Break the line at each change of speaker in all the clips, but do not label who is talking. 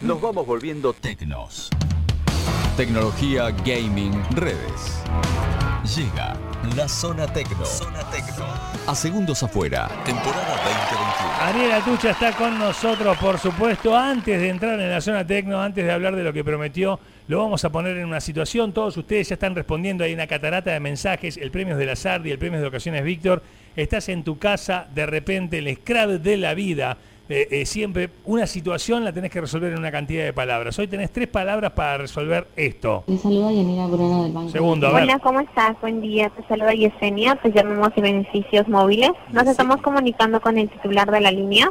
nos vamos volviendo tecnos.
Tecnología, gaming, redes. Llega la zona tecno.
Zona tecno.
A segundos afuera.
Temporada 2021.
Ariel Atucha está con nosotros, por supuesto. Antes de entrar en la zona tecno, antes de hablar de lo que prometió, lo vamos a poner en una situación. Todos ustedes ya están respondiendo. Hay una catarata de mensajes. El premio es de la Sardi, el premio es de Ocasiones Víctor. Estás en tu casa, de repente, el scrap de la vida. Eh, eh, siempre una situación la tenés que resolver en una cantidad de palabras. Hoy tenés tres palabras para resolver esto.
Le saluda Yanira Bruno del Banco.
Segundo, a ver.
Hola, ¿cómo estás? Buen día, te saluda Yesenia, pues llamamos de beneficios móviles. Nos estamos comunicando con el titular de la línea.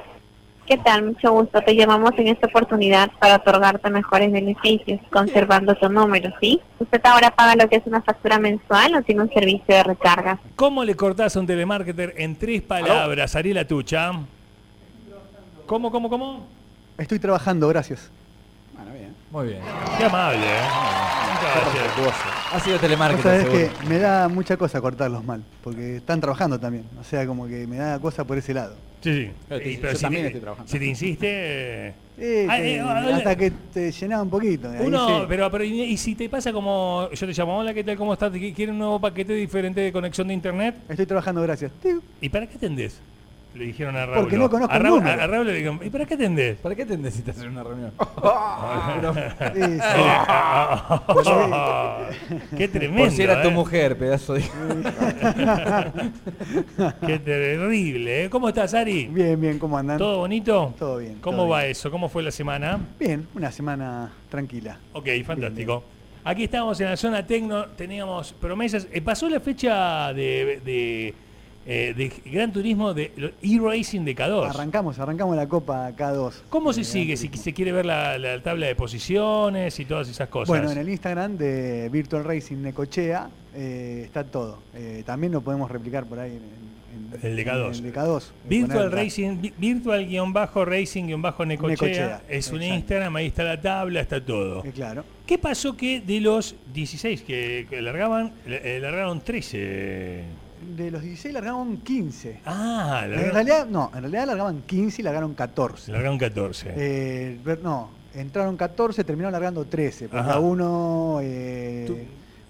¿Qué tal? Mucho gusto. Te llamamos en esta oportunidad para otorgarte mejores beneficios, conservando tu número, ¿sí? Usted ahora paga lo que es una factura mensual o tiene un servicio de recarga.
¿Cómo le cortás a un telemarketer en tres palabras, Ariel Atucha? ¿Cómo, cómo, cómo?
Estoy trabajando, gracias.
Bueno, bien.
Muy bien.
Qué amable, ¿eh? Muchas gracias.
Ha sido
Vos sabés
telemarketing. Ah, seguro.
que me da mucha cosa cortarlos mal, porque están trabajando también. O sea, como que me da cosa por ese lado.
Sí, sí.
Pero te-
Y-
yo
pero si
también
te-
estoy trabajando.
Si te insiste... eh,
Eh,
Ah,
te-
eh, hola.
hasta que te llenaba un poquito. ahí
Uno,
sí.
pero, pero y, y si te pasa como yo te llamo, hola, ¿qué tal? ¿Cómo estás? ¿Qui- ¿Quiere un nuevo paquete diferente de conexión de internet?
Estoy trabajando, gracias. Tiu.
¿Y para qué atendés? Le dijeron a Raúl.
Porque no conozco
a
el
Raúl,
número.
a- a Raúl le dijeron, ¿y para qué atendés?
¿Para qué te necesitas hacer una reunión?
Ah, Sí, sí.
Ah. qué tremendo.
Por si era tu
¿eh?
mujer, pedazo de...
Qué terrible. ¿eh? ¿Cómo estás, Ari?
Bien, bien, ¿cómo andan?
¿Todo bonito?
Todo bien,
¿Cómo
todo
va
bien.
eso? ¿Cómo fue la semana?
Bien, una semana tranquila.
Ok, fantástico. Aquí estábamos en la zona tecno, teníamos promesas. Eh, pasó la fecha de, de, eh, de Gran Turismo de lo- E-Racing de K2.
Arrancamos, arrancamos la Copa Eh, K2.
¿Cómo se sigue? Si se quiere ver la, la tabla de posiciones y todas esas cosas.
Bueno, en el Instagram de Virtual Racing Necochea eh, está todo. Eh, también lo podemos replicar por ahí en, en-
El de K2.
en el de K2.
Virtual
Ponerla.
Racing, vi- virtual-racing-necochea
Necochea,
es un
exacto.
Instagram, ahí está la tabla, está todo.
Eh, claro.
¿Qué pasó que de los 16 que, que largaban, eh, largaron 13?
De los 16 largaron 15.
Ah,
En
largaron,
realidad, no, en realidad largaban 15 y largaron 14.
largaron 14.
Eh, ver- no, entraron 14, terminaron largando 13. Porque
Ajá.
a uno, eh,
Tú-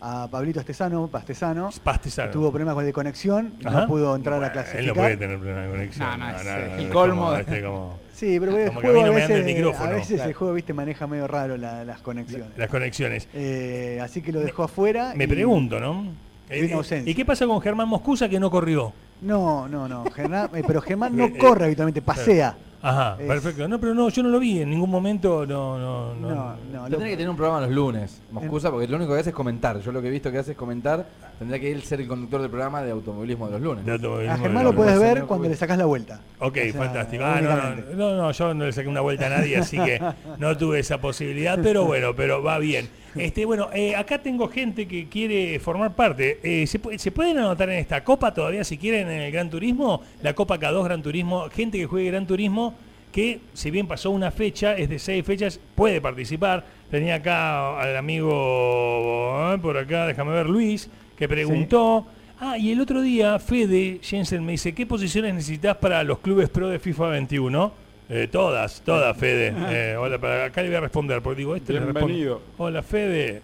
a Pablito Estesano, Pastesano,
Pastizano.
tuvo problemas de conexión,
Ajá.
no pudo entrar a
Bueno,
clasificar.
Él no puede tener problema de conexión. Ah,
No, no, es, eh, el
es
colmo
como,
de-
este, como-
Sí, pero el
Como que a
juego
mí no
a
me anda el
veces,
micrófono.
a veces
Claro.
el juego viste maneja medio raro la- las conexiones.
las conexiones.
Eh, así que lo dejó afuera.
Me
Ah, y-
pregunto, ¿no?
y
Eh,
una ausencia.
¿Y qué pasa con Germán Moscusa que no corrió?
No, no, no. Germán- eh, pero Germán
Eh,
no
eh,
corre habitualmente, pasea.
Ajá,
Es-
perfecto. No, pero no, yo no lo vi en ningún momento. No, no, no.
No, no. lo-
Tendría que tener un programa los lunes, Moscusa, porque lo único que hace es comentar. Yo lo que he visto que hace es comentar. Tendría que él ser el conductor del programa de automovilismo de los lunes.
de automovilismo
a
de
Germán
la
lo puedes
Señor
ver
Cubi.
cuando le sacas la vuelta.
Ok,
O sea,
fantástico. Ah, no, no,
únicamente.
no, no, yo no le saqué una vuelta a nadie, así que no tuve esa posibilidad, pero bueno, pero va bien. Este, bueno, eh, acá tengo gente que quiere formar parte. Eh, ¿se, pu- se pueden anotar en esta copa todavía si quieren en el Gran Turismo? La Copa K2 Gran Turismo, gente que juegue Gran Turismo, que si bien pasó una fecha, es de seis fechas, puede participar. Tenía acá al amigo, eh, por acá, déjame ver, Luis, que preguntó. Ah, y el otro día Fede Jensen me dice, ¿qué posiciones necesitas para los clubes pro de FIFA 21? Eh, todas, todas, Fede. Eh, hola, para acá le voy a responder, porque digo, este le respondo.
Bienvenido.
Hola, Fede.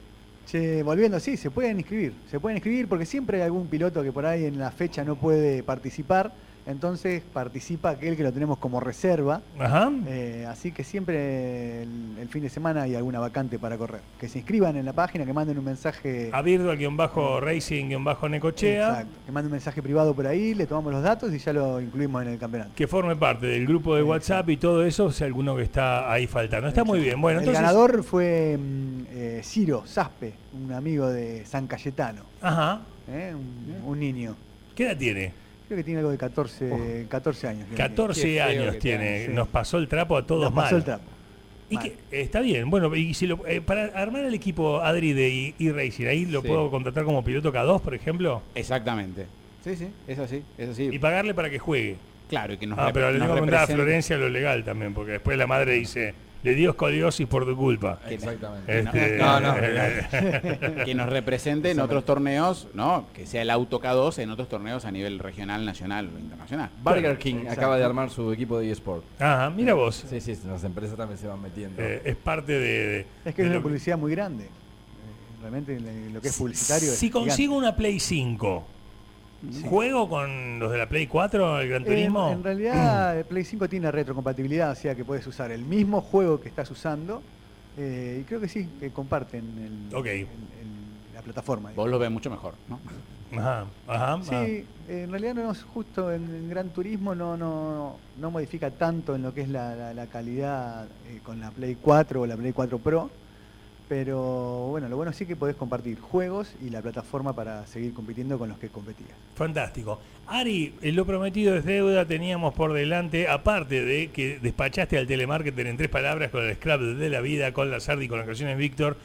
Che, volviendo, sí, se pueden inscribir. Se pueden inscribir porque siempre hay algún piloto que por ahí en la fecha no puede participar. Entonces participa aquel que lo tenemos como reserva.
Ajá.
Eh, así que siempre el, el fin de semana hay alguna vacante para correr. Que se inscriban en la página, que manden un mensaje.
A Virtual-Racing-Necochea,
Exacto, que manden un mensaje privado por ahí, le tomamos los datos y ya lo incluimos en el campeonato.
que forme parte del grupo de WhatsApp y todo eso, si alguno que está ahí faltando. Está muy bien. Bueno,
el
entonces...
ganador fue mm, eh, Ciro Saspe, un amigo de San Cayetano,
Ajá.
¿eh? un, un niño.
¿Qué edad tiene?
Creo que tiene algo de 14,
Oh.
14 años. creo que tiene.
14
feo
años
que
tiene.
tenga, sí.
Nos pasó el trapo a todos
Nos
mal.
pasó el trapo.
Y que, está bien, bueno, y si lo- eh, para armar el equipo Adri de e- racing ahí lo
Sí.
puedo contratar como piloto K2, por ejemplo,
Exactamente. Sí, sí, eso sí, eso sí.
y pagarle para que juegue.
claro, y que nos
ah,
repre-
pero le
nos
tengo que contar a
represente.
Florencia lo legal también, porque después la madre dice, Le dio escoliosis por tu culpa.
Exactamente.
Este,
No, no,
eh,
que nos represente en otros torneos, ¿no? Que sea el auto K2 en otros torneos a nivel regional, nacional o internacional.
Burger King
Exacto.
acaba de armar su equipo de eSport.
Ajá, mira vos.
Sí, sí, las empresas también se van metiendo.
Eh, es parte de. de-
Es que
de
es una
lo que-
publicidad muy grande. Eh, Realmente le- lo que es publicitario. es
Si
gigante.
consigo una Play 5, ¿juego con los de la Play 4, el Gran
En-
Turismo?
Em, Eh, En, realidad, el Play 5 tiene retrocompatibilidad, o sea que puedes usar el mismo juego que estás usando. eh, y creo que sí, que comparten el,
Ok.
el- el- la plataforma.
Vos lo ves mucho mejor, ¿no?
Ajá, ajá.
Sí,
ah.
eh, en realidad no es justo en, en Gran Turismo no, no, no modifica tanto en lo que es la, la- la calidad eh, con la Play 4 o la Play 4 Pro. Pero bueno, lo bueno sí que podés compartir juegos y la plataforma para seguir compitiendo con los que competías.
Fantástico. Ari, eh, lo prometido es deuda, teníamos por delante, aparte de que despachaste al telemarketer en tres palabras con el scrap de la vida, con la Sardi, con las canciones Víctor,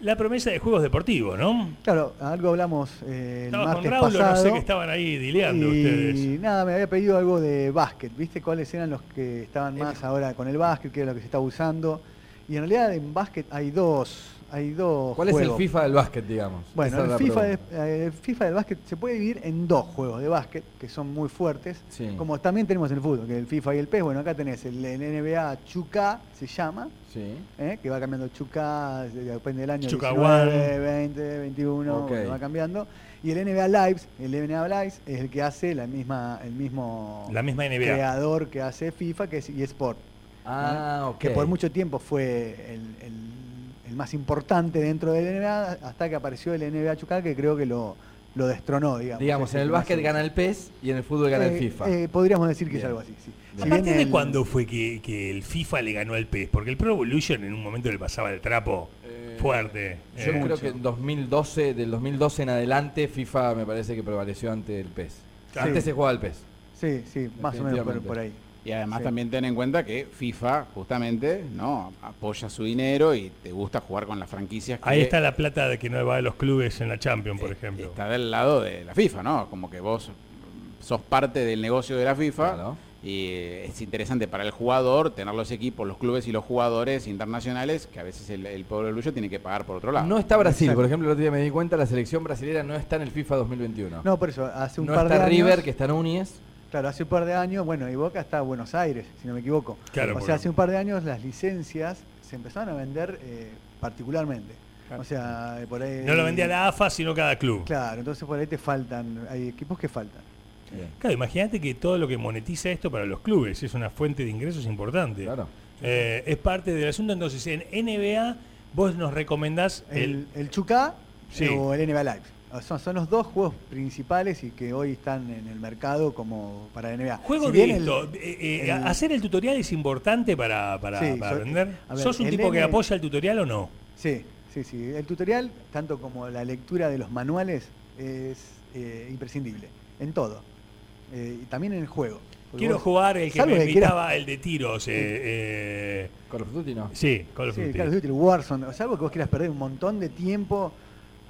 la promesa de juegos deportivos, ¿no?
Claro, algo hablamos eh, el
Estaba con
martes
Raúl, no
pasado.
sé que estaban ahí dileando
y
ustedes.
nada, me había pedido algo de básquet, ¿viste? ¿Cuáles eran los que estaban más ahora con el básquet, qué era lo que se estaba usando? Y en realidad en básquet hay dos, hay dos
¿Cuál es el
juegos.
FIFA del básquet, digamos? Esa
Bueno,
es
el
la
FIFA, de-
pregunta.
eh, el FIFA del básquet se puede dividir en dos juegos de básquet que son muy fuertes,
Sí.
como también tenemos en el fútbol, que el FIFA y el PES. Bueno, acá tenés el, el NBA Chuca, se llama,
Sí.
¿eh? que va cambiando Chuca, depende del año,
Chuca
19, 20, 21,
Ok.
bueno, va cambiando. Y el NBA Lives, el NBA Lives es el que hace la misma, el mismo
La misma NBA.
creador que hace FIFA, que es eSport,
Ah, ok.
que por mucho tiempo fue el, el- el más importante dentro del NBA, hasta que apareció el NBA Chuca, que creo que lo, lo destronó, digamos.
Digamos,
Es
en el
más
básquet
usa.
gana el PES y en el fútbol gana
Eh,
el FIFA.
eh, podríamos decir que es
Bien.
algo así, sí. Si
¿A
bien
partir de
el-
cuándo fue que, que el FIFA le ganó al PES? Porque el Pro Evolution en un momento le pasaba el trapo
Eh,
fuerte.
Yo
Eh,
creo que en 2012, del 2012 en adelante, FIFA me parece que prevaleció ante el PES.
Claro. Ah.
Antes
Sí.
se jugaba el PES.
Sí, sí, más o menos por, por ahí.
Y además
Sí.
también ten en cuenta que FIFA justamente no apoya su dinero y te gusta jugar con las franquicias. Que
Ahí está la plata de que no va a los clubes en la Champions, por
eh,
ejemplo.
Está del lado de la FIFA, ¿no? Como que vos mm, sos parte del negocio de la FIFA
Claro.
y eh, es interesante para el jugador tener los equipos, los clubes y los jugadores internacionales que a veces el, el pueblo luyo tiene que pagar por otro lado.
No está Brasil,
Exacto.
por ejemplo, el otro día me di cuenta, la selección brasileña no está en el FIFA 2021.
No, por eso, hace un
No
par de
está
años.
River, que está en Unies.
Claro, hace un par de años, bueno, y Boca está a Buenos Aires, si no me equivoco.
Claro,
o
porque-
sea, hace un par de años las licencias se empezaron a vender eh, particularmente. O sea, eh, por ahí...
No lo vendía la AFA, sino cada club.
Claro, entonces por ahí te faltan, hay equipos que faltan.
Claro, imagínate que todo lo que monetiza esto para los clubes es una fuente de ingresos importante.
Claro.
Eh, es parte del asunto. Entonces, en NBA, vos nos recomendás el.
El, el Chucá
Sí.
o el NBA Live. O Son, son los dos juegos principales y que hoy están en el mercado como para NBA.
Juego
Si bien el-
directo. Eh, eh,
el-
hacer el tutorial es importante para, para,
Sí,
para
so-
vender.
a ver,
¿Sos un
el
tipo que
N-
apoya el tutorial o no?
Sí, sí, sí. El tutorial, tanto como la lectura de los manuales, es eh, imprescindible. En todo. Eh, y también en el juego. Porque
Quiero
vos-
jugar el que
salvo
me
que quieras-
invitaba, el de tiros. eh, eh,
Call of Duty no.
sí, Call of
Sí,
Duty.
Call of Duty, el Warzone. Salvo que vos quieras perder un montón de tiempo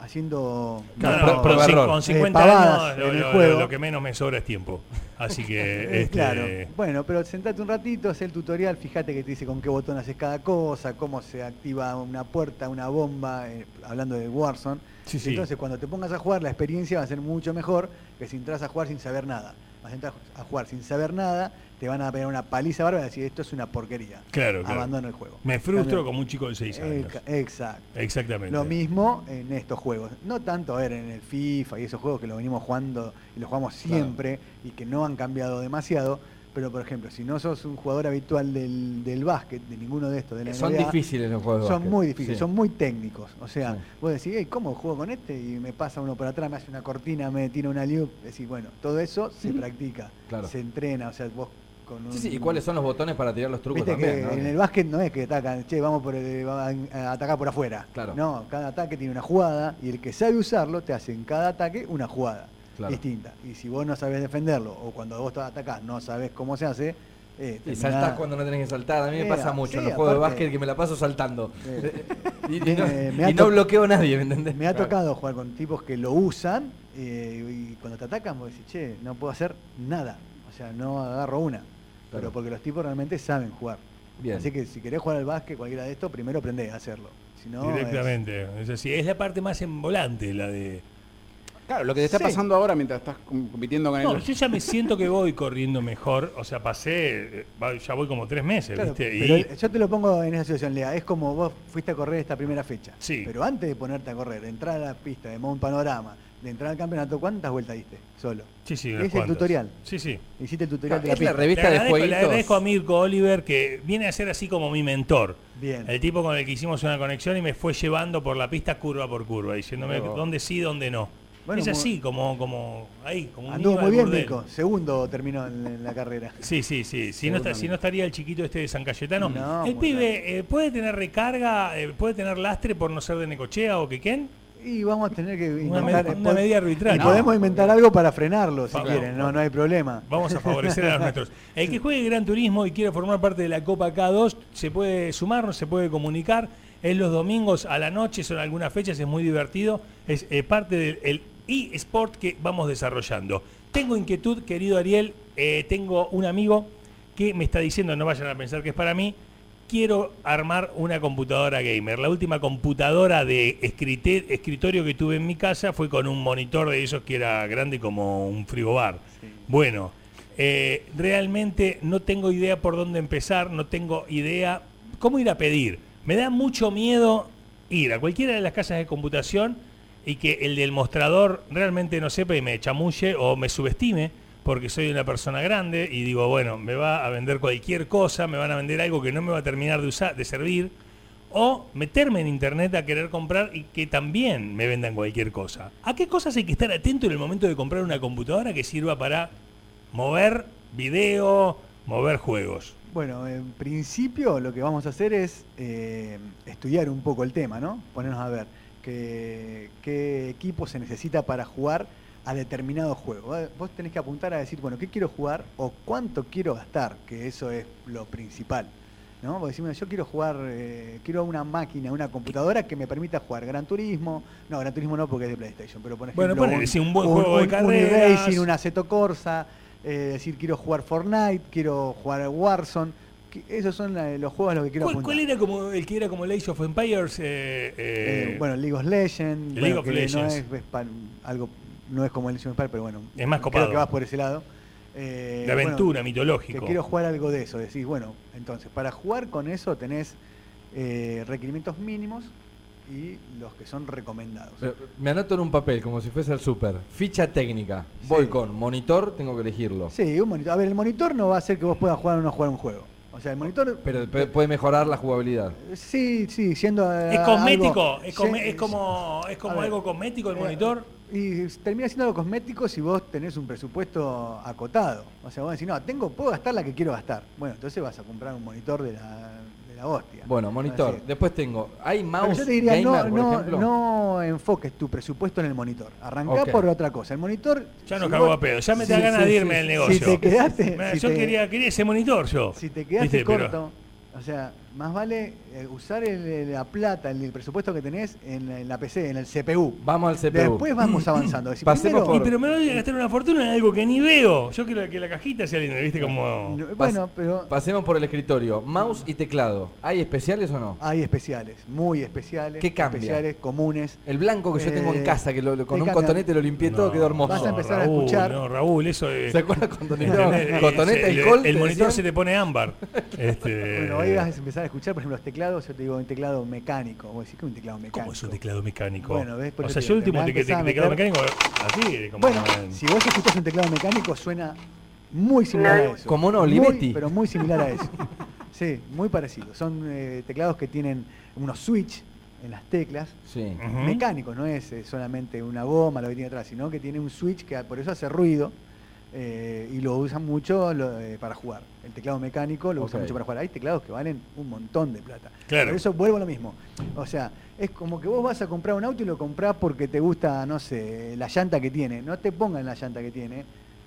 haciendo.
Claro,
No,
con
prueba
cin-
error.
con
Eh,
50
pavadas
años lo,
en el
lo-
juego.
lo que menos me sobra es tiempo. Así que.
Eh,
este,
Claro. Bueno, pero sentate un ratito, haz el tutorial, fíjate que te dice con qué botón haces cada cosa, cómo se activa una puerta, una bomba, eh, hablando de Warzone.
Sí, sí.
Entonces, cuando te pongas a jugar, la experiencia va a ser mucho mejor que si entras a jugar sin saber nada. Vas a entrar a jugar sin saber nada, te van a pegar una paliza bárbara y decir, esto es una porquería.
Claro, claro.
Abandona el juego.
Me frustro
También-
como un chico de
Eh,
6 años.
Eca- Exacto.
Exactamente.
Lo mismo en estos juegos. No tanto, a ver, en el FIFA y esos juegos que lo venimos jugando y los jugamos siempre y que no han cambiado demasiado. Pero, por ejemplo, si no sos un jugador habitual del, del básquet, de ninguno de estos, de la
Son
NBA,
difíciles los juegos. de
Son
básquet.
muy difíciles,
Sí.
son muy técnicos. O sea,
Sí.
vos decís, "Ey, ¿cómo juego con este? Y me pasa uno por atrás, me hace una cortina, me tira una liu. Decís, bueno, todo eso se practica,
Claro.
se entrena. O sea, vos con un.
Sí, sí, ¿y cuáles son los botones para tirar los trucos
Viste
también?
que
no?
en el básquet no es que atacan, che, vamos por el- eh, va- a atacar por afuera.
Claro.
No, cada ataque tiene una jugada y el que sabe usarlo te hace en cada ataque una jugada
Claro.
distinta. Y si vos no sabés defenderlo o cuando vos atacás no sabés cómo se hace, eh,
Y
terminás-
saltás cuando no tenés que saltar. A mí
Eh,
me pasa mucho en
sí,
los juegos de
aparte-
básquet que me la paso saltando.
Eh,
y, y
me-
no,
me ha
y no
to-
bloqueo a nadie, ¿me entendés?
Me ha
Claro.
tocado jugar con tipos que lo usan eh, y cuando te atacan vos decís, che, no puedo hacer nada. O sea, no agarro una. Pero
Claro.
porque los tipos realmente saben jugar.
Bien.
Así que si querés jugar al básquet, cualquiera de estos, primero aprendés a hacerlo. Si no, es-
Directamente. Es así. Es la parte más envolante, la de.
Claro, lo que te está
Sí.
pasando ahora mientras estás com- compitiendo con el
No,
otro.
yo ya me siento que voy corriendo mejor. O sea, pasé. eh, va- Ya voy como tres meses,
Claro,
¿viste?
pero
Y.
yo te lo pongo en esa situación, Lea. Es como vos fuiste a correr esta primera fecha.
Sí.
Pero antes de ponerte a correr, de entrar a la pista, de Mount Panorama, de entrar al campeonato, ¿cuántas vueltas diste solo?
Sí, sí,
es
unas
el
cuantas.
tutorial.
Sí, sí.
Hiciste el tutorial de la
Ah, es la
pista.
Le
revista de
agradezco, le agradezco a
jueguitos.
Mirko Oliver que viene a ser así como mi mentor.
Bien.
El tipo con el que hicimos una conexión y me fue llevando por la pista curva por curva, diciéndome
Mirá vos.
dónde sí, dónde no.
Bueno,
es
como-
así, como, como ahí, como un
Anduvo
niño
muy
al
bien,
burdel.
Nico. Segundo terminó en, en la carrera.
Sí, sí, sí. Si no, está- si no estaría el chiquito este de San Cayetano.
No,
el
muy
pibe eh, puede tener recarga, eh, puede tener lastre por no ser de Necochea o Quequén.
Y vamos a tener que
Una,
inventar.
me-
eh,
una
pod-
medida
y
arbitraria.
No.
podemos inventar algo para frenarlo, si
Vamos.
quieren. No, no hay problema.
Vamos a favorecer a los nuestros. El que juegue Gran Turismo y quiera formar parte de la Copa K2 se puede sumar, se puede comunicar. Es los domingos a la noche, son algunas fechas, es muy divertido. Es eh, parte del el eSport que vamos desarrollando. Tengo inquietud, querido Ariel. eh, tengo un amigo que me está diciendo, no vayan a pensar que es para mí, quiero armar una computadora gamer. La última computadora de escrite- escritorio que tuve en mi casa fue con un monitor de esos que era grande como un frigobar. Bueno, eh, realmente no tengo idea por dónde empezar, no tengo idea cómo ir a pedir. Me da mucho miedo ir a cualquiera de las casas de computación y que el del mostrador realmente no sepa y me chamulle o me subestime porque soy una persona grande y digo, bueno, me va a vender cualquier cosa, me van a vender algo que no me va a terminar de usar, de servir, o meterme en internet a querer comprar y que también me vendan cualquier cosa. ¿A qué cosas hay que estar atento en el momento de comprar una computadora que sirva para mover video, mover juegos?
Bueno, en principio lo que vamos a hacer es eh, estudiar un poco el tema, ¿no? Ponernos a ver qué, qué equipo se necesita para jugar a determinado juego. Va- Vos tenés que apuntar a decir, bueno, ¿qué quiero jugar o cuánto quiero gastar? Que eso es lo principal, ¿no? Porque decimos, yo quiero jugar, eh, quiero una máquina, una computadora que me permita jugar Gran Turismo. No, Gran Turismo no porque es de PlayStation, pero por ejemplo...
Bueno, ponele, sí, un buen juego de
Un
carreras.
racing, un Aceto Corsa, eh, decir quiero jugar Fortnite, quiero jugar a Warzone. que- Esos son la- los juegos a los que quiero
¿Cuál,
apuntar.
cuál era como el que era como el Age of Empires? eh, eh,
Eh, bueno, League of Legends,
League
bueno,
of
que
Legends.
no es, es pa- algo, no es como el Legends of Empires, pero bueno.
Es más
Creo
copado.
que vas por ese lado. Eh,
de
bueno,
aventura,
que
mitológico.
quiero jugar algo de eso. Decís, bueno, entonces, para jugar con eso tenés eh, requerimientos mínimos y los que son recomendados.
Pero Me anoto en un papel, como si fuese el súper. Ficha técnica. Voy
Sí.
con monitor, tengo que elegirlo.
Sí, un monitor. A ver, el monitor no va a hacer que vos puedas jugar o no jugar un juego. O sea, el monitor
Pero pe- puede mejorar la jugabilidad.
Sí, sí, siendo. eh,
Es cosmético,
algo-
es, come-
sí,
es como, es como
a ver.
algo cosmético el
eh,
monitor.
Y termina siendo algo cosmético si vos tenés un presupuesto acotado. O sea, vos decís, no, tengo, puedo gastar la que quiero gastar. Bueno, entonces vas a comprar un monitor de la, de la hostia.
Bueno, monitor.
Así.
Después tengo. ¿Hay mouse
Pero yo te diría,
gamer, por
no,
ejemplo?
no, no enfoques tu presupuesto en el monitor. Arrancá
Ok.
por otra cosa. El monitor.
Ya nos
si
cagó
vos-
a pedo, ya me
si-
da ganas
si-
de irme
si-
del negocio.
Si te quedaste.
Me-
si
yo
te-
quería, quería ese monitor yo.
Si te quedaste
¿Viste? Pero-
corto, o sea, más vale eh, usar el- la plata, el, el presupuesto que tenés en, la- en la PC, en el CPU.
Vamos al CPU.
Después vamos avanzando. Es decir,
Pasemos
Y
por-
pero me voy a gastar una fortuna en algo que ni veo. Yo quiero que la cajita sea linda, ¿viste? Como...
no,
Pas-
bueno, pero
Pasemos por el escritorio. Mouse y teclado. ¿Hay especiales o no?
hay especiales, muy especiales.
¿Qué cambia?
Especiales, comunes.
El blanco que yo tengo en
Eh,
casa, que lo- lo- con
te
un
cambia.
cotonete lo limpié todo,
No,
quedó hermoso.
Vas a empezar a
Raúl,
escuchar-
No, Raúl, eso es...
¿Se acuerdan cuando
¿entendés?
tenía cotonete
Eh,
y
el,
col?
el
te
monitor
decían?
se te pone ámbar. Este,
Bueno, ahí vas a empezar a escuchar, por ejemplo, los teclados. Yo te digo, un teclado mecánico. Vos decís que un teclado mecánico.
¿Cómo es un teclado mecánico?
Bueno, ves, por
o
eso
sea,
te
yo el
digo,
último
te
te- te-
empezás a
teclado
meter-
mecánico, así, como...
Bueno, si vos escuchás un teclado mecánico, suena muy similar a eso.
Como un
Muy,
Olivetti.
pero muy similar a eso. Sí, muy parecido. Son eh, teclados que tienen unos switch en las teclas.
Sí.
Ujú.
mecánico, no es eh, solamente una goma lo que tiene atrás, sino que tiene un switch que por eso hace ruido eh, y lo usan mucho lo- eh, para jugar. El teclado mecánico lo usan
Ok.
mucho para jugar. Hay teclados que valen un montón de plata.
Claro.
Por eso vuelvo a lo mismo. O sea, es como que vos vas a comprar un auto y lo comprás porque te gusta, no sé, la llanta que tiene. No te pongan la llanta que tiene.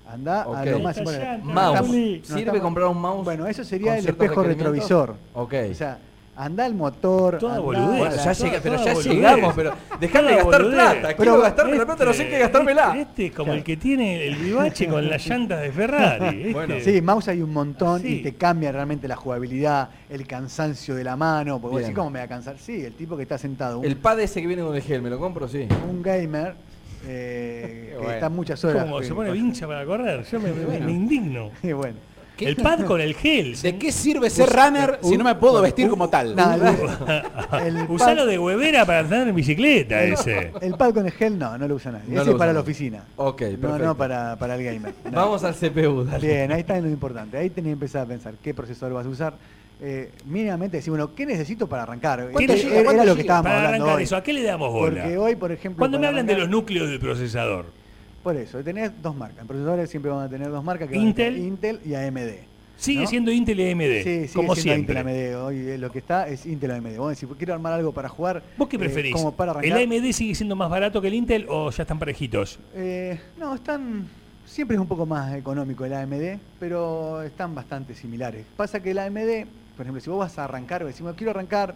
Andá
Ok.
a lo más
Esta llanta,
no
Mouse.
estamos- no
¿Sirve
estamos-
comprar un mouse?
Bueno, eso
con
sería el
ciertos
espejo
requerimientos?
retrovisor.
Ok.
O sea, Andá al motor.
Toda
andá
boludez.
a
Bueno,
la-
ya
toda-
llega, pero
toda
ya
boludez.
llegamos, pero dejad de
Toda
gastar
boludez.
plata. Quiero
Pero
gastarme la plata, no sé en qué gastármela.
Este, este es como el que tiene el vivache con las llantas de Ferrari. este.
Bueno.
Sí, mouse hay un montón
Sí.
y te cambia realmente la jugabilidad, el cansancio de la mano. Porque vos
Bien.
decís, ¿cómo me va a cansar? Sí, el tipo que está sentado, un,
El pad ese que viene con el gel, ¿me lo compro? Sí.
un gamer eh, que
Bueno.
está muchas
Es
horas.
como
eh,
se pone
con-
vincha para correr. Yo me, me-
Bueno.
me indigno.
Y bueno.
¿Qué?
El pad con el gel.
¿De qué sirve
Uh,
ser runner si no me puedo vestir como tal?
Nada, el,
Usalo
pad-
de huevera para andar en bicicleta ese.
el pad con el gel no, no lo usa nadie.
No
Ese
lo
es para
usa
la
nadie.
oficina.
Ok,
No,
perfecto.
no para, para el gamer. No.
Vamos al CPU, dale.
Bien, ahí está lo importante. Ahí tenés que empezar a pensar qué procesador vas a usar. Eh, mínimamente decir, bueno, ¿qué necesito para arrancar? Era,
¿Cuánto llega?
era
¿Cuánto
lo que
llega?
estábamos
Para
hablando
arrancar
hoy.
eso, ¿a qué le damos bola?
Porque hoy, por ejemplo...
Cuando me
para
hablan de los
arrancar-
núcleos del procesador.
Por eso, tenés dos marcas. En procesadores siempre van a tener dos marcas. Que
Intel.
van a tener Intel y AMD.
Sigue
¿No?
siendo Intel y AMD,
Sí, sigue
como
siendo
siempre.
Intel AMD. Hoy eh, lo que está es Intel AMD. Vos decís, quiero armar algo para jugar.
¿Vos qué
eh,
preferís?
como para
¿El
arrancar.
AMD sigue siendo más barato que el Intel o ya están parejitos?
Eh, no, están. Siempre es un poco más económico el AMD, pero están bastante similares. Pasa que el AMD, por ejemplo, si vos vas a arrancar, decimos quiero arrancar,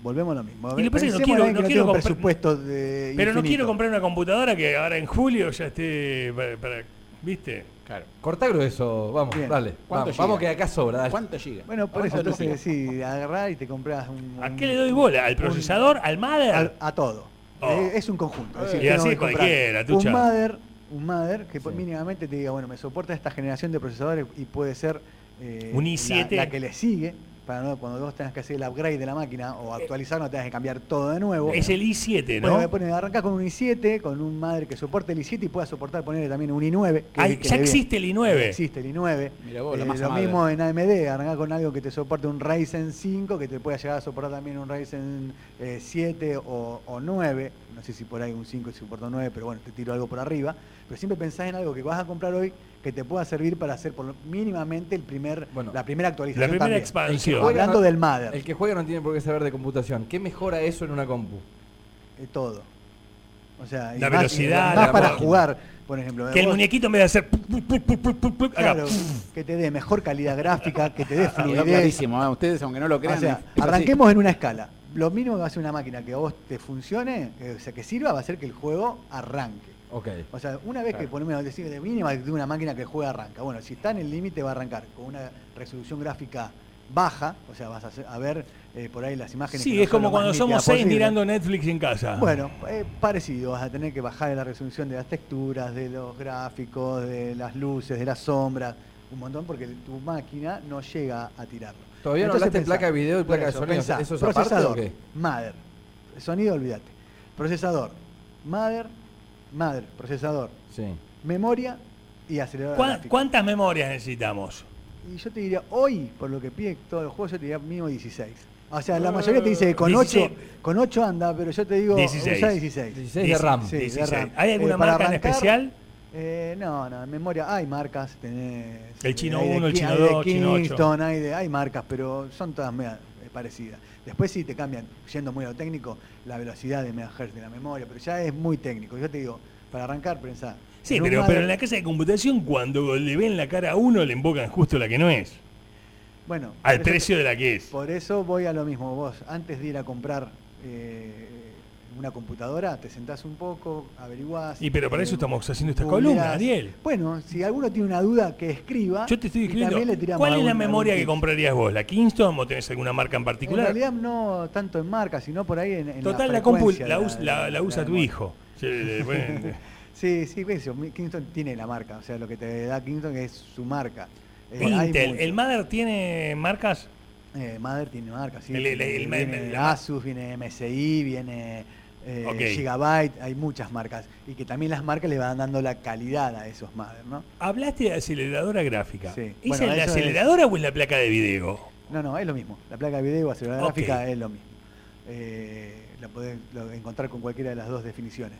volvemos a lo mismo.
Y lo que pasa es que no
Pensemos en
quiero-
alguien
no quiero
que tiene un
comprar-
presupuesto de
Pero no
infinito.
quiero comprar una computadora que ahora en julio ya esté para, para- ¿viste?
Claro.
Cortá grueso, vamos,
Bien.
dale.
¿Cuánto
Vamos,
llega?
vamos que acá sobra, dale.
¿Cuánto llega?
Bueno, por
¿A
eso
cuánto
entonces
llega?
sí, agarrás y te compras un.
¿A
un-
qué le doy bola? ¿Al procesador? ¿Al mother?
al- a todo.
Oh.
Eh, Es un conjunto. Es
Y
tengo
así
que comprar
cualquiera,
Un
Tucha.
mother, un mother que pues, mínimamente te diga, bueno, me soporta esta generación de procesadores y puede ser eh,
Un
la-
i7.
La, que le sigue. Para no, cuando vos tengas que hacer el upgrade de la máquina o actualizar, no tengas que cambiar todo de nuevo.
Eh. Es el i7, ¿no?
Bueno, me pone, arranca con un i7, con un madre que soporte el i7 y pueda soportar ponerle también un i9. que-
Ay,
que
ya
le viene.
existe el i9.
Existe el i9.
Mirá vos, la
Eh,
masa
lo
madre.
mismo en AMD, arrancar con algo que te soporte un Ryzen 5, que te pueda llegar a soportar también un Ryzen eh, 7 o, o 9. No sé si por ahí un 5 soporta un 9, pero bueno, te tiro algo por arriba. Pero siempre pensás en algo que vas a comprar hoy que te pueda servir para hacer por lo- mínimamente el primer,
Bueno,
la primera actualización.
La primera
también.
expansión.
juega-
Hablando del Mother,
El que juega no tiene por qué saber de computación. ¿Qué mejora eso en una compu?
eh, todo. O sea, y
La
más- y
velocidad,
más
la
para
máquina.
jugar, por ejemplo.
Que el
Vos-
muñequito en vez de hacer... pu- pu- pu- pu- pu- pu- acá,
claro,
puf,
que te dé mejor calidad gráfica, que te dé
Quedó
fluidez,
Ah, clarísimo, ¿eh? ustedes aunque no lo crean.
O sea,
es así.
arranquemos en una escala. Lo mínimo que va a hacer una máquina que a vos te funcione, eh, o sea, que sirva, va a ser que el juego arranque.
Ok.
O sea, una vez que ponemos decir de mínima que una máquina que juega arranca. Bueno, si está en el límite va a arrancar con una resolución gráfica baja, o sea, vas a, hacer- a ver eh, por ahí las imágenes. que
Sí,
no
es
son
como
lo más
cuando
nítidas
somos seis
posible.
mirando Netflix en casa.
Bueno, eh, parecido, vas a tener que bajar la resolución de las texturas, de los gráficos, de las luces, de las sombras, un montón, porque tu máquina no llega a tirarlo.
Todavía no hablaste de placa de video y
por
placa de sonido,
pensá,
¿eso es aparte
procesador,
o qué?
Mother, sonido, olvídate. Procesador, mother, mother, procesador,
Sí.
Eh, memoria y acelerador.
¿Cuá-
gráfico.
¿Cuántas memorias necesitamos?
Y yo te diría, hoy, por lo que pide todos los juegos, yo te diría mínimo 16. O sea,
Ah,
la mayoría te dice que con 8,
16.
con 8 anda, pero yo te digo,
16.
usa 16.
16 de RAM.
Sí, de
16.
RAM.
¿Hay alguna
Eh, para
marca en
arrancar,
especial?
Eh, no, no, en memoria hay marcas, tenés...
El chino
hay de
uno, el
Ki-
chino
hay de
dos, chino ocho.
Kingston, hay, de, hay marcas, pero son todas media, eh, parecidas. Después sí te cambian, yendo muy a lo técnico, la velocidad de megahertz de la memoria, pero ya es muy técnico. Yo te digo, para arrancar, pensá.
Sí,
en un
pero,
madre-
pero en la casa de computación, cuando le ven la cara a uno, le embocan justo la que no es.
Bueno,
Al
por eso-
precio de la que es.
Por eso voy a lo mismo vos. Antes de ir a comprar eh, una computadora, te sentás un poco, averiguás.
Y pero para
eh,
eso estamos haciendo esta
googleás.
columna, Daniel.
Bueno, si alguno tiene una duda, que escriba.
Yo te estoy
y
escribiendo.
también le tiramos
¿Cuál es la
algún-
memoria
algún
que
tip.
comprarías vos? ¿La Kingston o tenés alguna marca en
En
particular?
realidad no tanto en marca, sino por ahí en, en
Total, la, compu
frecuencia
la,
de
us- la-
de
la usa tu
memoria.
hijo. Sí, le ponen-
Sí, sí, qué sé yo, mi- Kingston tiene la marca. O sea, lo que te da Kingston es su marca. Eh, hay
Intel. ¿El
mucho.
Mother tiene marcas?
Eh, Mother tiene marca, sí.
El- el-
tiene-
el-
viene
el- la-
Asus, viene MSI, viene eh,
Ok.
Gigabyte, hay muchas marcas. Y que también las marcas le van dando la calidad a esos Mother, ¿no?
Hablaste de aceleradora gráfica.
Sí.
¿Esa
Bueno,
es la
eso es-
aceleradora o es la placa de video?
No, no, es lo mismo. La placa de video, aceleradora
Ok.
gráfica es lo mismo. Eh, la podés lo- encontrar con cualquiera de las dos definiciones.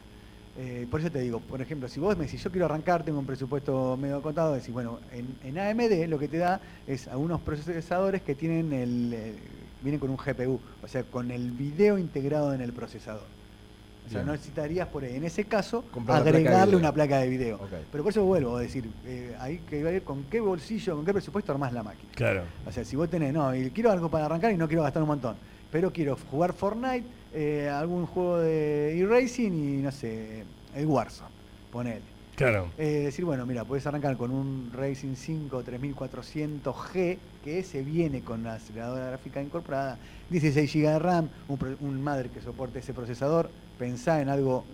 Eh, por eso te digo, por ejemplo, si vos me decís, yo quiero arrancar, tengo un presupuesto medio contado, decís, bueno, en, en AMD lo que te da es algunos procesadores que tienen el, eh, vienen con un GPU, o sea, con el video integrado en el procesador. O sea,
Bien.
no necesitarías por ahí, en ese caso,
Comprar la placa de
agregarle
video.
una placa de video.
Ok.
Pero por eso vuelvo a decir, eh, hay que ver con qué bolsillo, con qué presupuesto armás la máquina.
Claro.
O sea, si vos tenés, no, y quiero algo para arrancar y no quiero gastar un montón. Pero quiero jugar Fortnite, eh, algún juego de e-racing y no sé, el Warzone, ponele.
Claro.
Eh, decir, bueno, mira, puedes arrancar con un Racing 5 3400G, que ese viene con la aceleradora gráfica incorporada, 16 GB de RAM, un, pro- un madre que soporte ese procesador, pensá en algo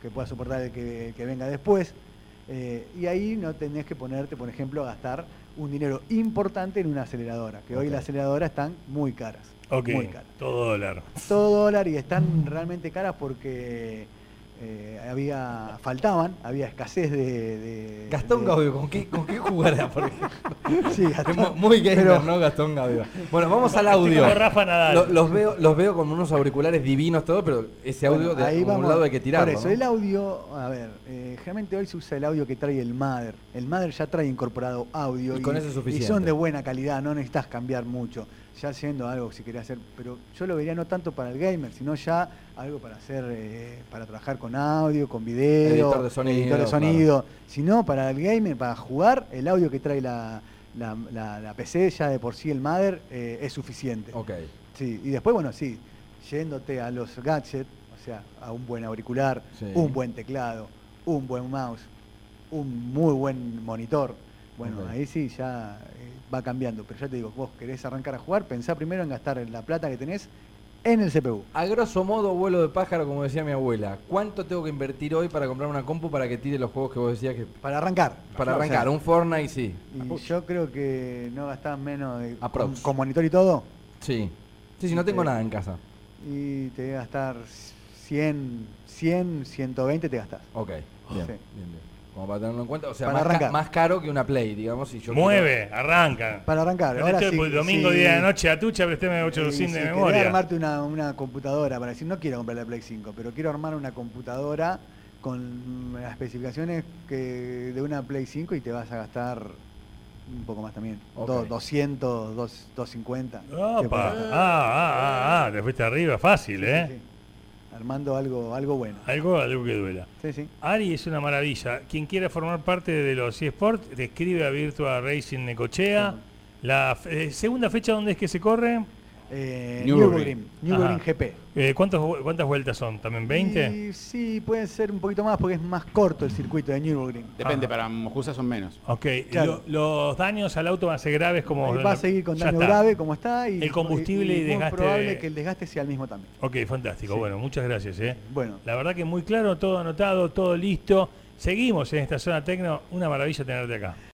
que pueda soportar el que, el que venga después, eh, y ahí no tenés que ponerte, por ejemplo, a gastar un dinero importante en una aceleradora, que hoy
Ok.
las aceleradoras están muy caras.
Ok.
Muy caras
Todo dólar.
todo dólar y están realmente caras porque eh, había faltaban, había escasez de... de-
Gastón
de-
Gaudio, ¿con qué, ¿con qué jugará, por ejemplo?
Sí,
Es
Gastón,
mu- muy gamer,
pero-
¿no, Gastón Gaudio? Bueno, vamos al
Estoy
audio.
como Rafa Nadal.
Lo- los, veo, los veo con unos auriculares divinos todo, pero ese audio
Bueno,
de algún
vamos.
lado hay que tirarlo.
Por eso,
¿no?
el audio, a ver, eh, generalmente hoy se usa el audio que trae el Mother. El Mother ya trae incorporado audio
Y con eso es suficiente.
y son de buena calidad, no necesitas cambiar mucho. Ya siendo algo si querés hacer, pero yo lo vería no tanto para el gamer, sino ya algo para hacer, eh, para trabajar con audio, con video,
Editor de sonido,
editor de
claro.
sonido. sino para el gamer, para jugar, el audio que trae la, la- la- la PC ya de por sí el Mother eh, es suficiente.
Ok.
Sí, y después, bueno, sí, yéndote a los gadgets, o sea, a un buen auricular,
Sí.
un buen teclado, un buen mouse, un muy buen monitor. Bueno,
Ok.
ahí sí ya eh, va cambiando, pero ya te digo, vos querés arrancar a jugar, pensá primero en gastar la plata que tenés en el CPU.
A grosso modo, vuelo de pájaro, como decía mi abuela, ¿cuánto tengo que invertir hoy para comprar una compu para que tire los juegos que vos decías que...
Para arrancar.
Para
O sea,
arrancar, un Fortnite sí.
y yo creo que no gastás menos de-
Aprox.
con, con monitor y todo,
Sí. Sí, sí, no tengo
Sí.
nada en casa.
y te vas a gastar 100, 100, 120 te gastás.
Ok. Bien,
Sí.
bien, bien. Como para tenerlo en cuenta. O sea,
Para
más, ca-
arrancar.
más caro que una Play, digamos. Si yo
Mueve, arranca.
Para arrancar.
Pero
Ahora
esto es
sí,
por el domingo,
sí.
día de noche, a tucha, préstame 8
Y
sin de
si querés
memoria.
armarte una, una computadora para decir, no quiero comprar la Play 5, pero quiero armar una computadora con mm, las especificaciones que de una Play 5 y te vas a gastar un poco más también.
Ok.
Do- 200, dos- 250. te
Opa.
puedes
Ah,
gastar.
ah, ah, ah, te fuiste arriba, fácil,
Sí, sí,
¿eh?
sí. Armando algo, algo bueno.
Algo, algo que duela.
Sí, sí.
Ari es una maravilla. Quien quiera formar parte de los eSports, escribe a Virtua Racing Necochea.
Ujú.
La eh, segunda fecha, ¿dónde es que se corre?
Eh,
Nürburgring.
Nürburgring. Nürburgring
Ajá.
GP.
Eh, ¿cuántos vu- ¿Cuántas vueltas son? ¿También 20?
Y sí, pueden ser un poquito más porque es más corto el circuito de Nürburgring.
Depende,
Ah.
para Mojusa son menos.
Ok,
Claro.
lo- los daños al auto van a ser graves como...
Ahí va a seguir con
Ya
daño
está.
grave como está y
El combustible y
muy
desgaste de-
probable que el desgaste sea el mismo también.
Ok, fantástico.
Sí.
Bueno, muchas gracias. ¿eh?
Bueno,
La verdad que muy claro, todo anotado, todo listo. Seguimos en esta zona tecno. Una maravilla tenerte acá.